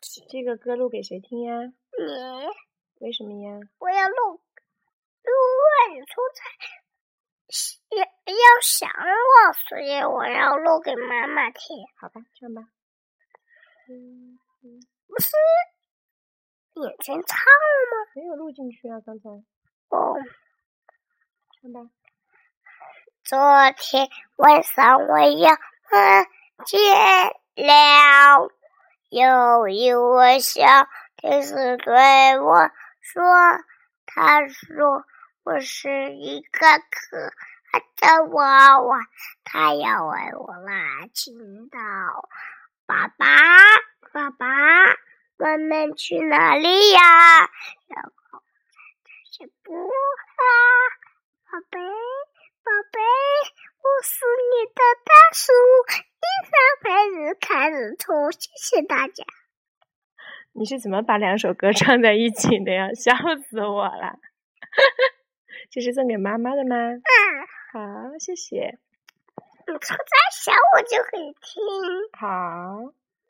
气。这个歌录给谁听呀？你，为什么呀？我要录录万语出差，要要想我，所以我要录给妈妈听。好吧，唱吧。嗯，不是眼前唱吗？没有录进去啊，刚才哦，唱吧。昨天晚上我又梦见了有一位小天使对我说：“他说我是一个可爱的娃娃，他要为我拉琴的爸爸，爸爸，我们去哪里呀？”然后我在不啊，宝贝。宝贝，我是你的大叔，一张牌子开始抽，谢谢大家。你是怎么把两首歌 唱在一起的呀？笑死我了！ 这是送给妈妈的吗？嗯，好，谢谢。你唱再响我就可以听。好。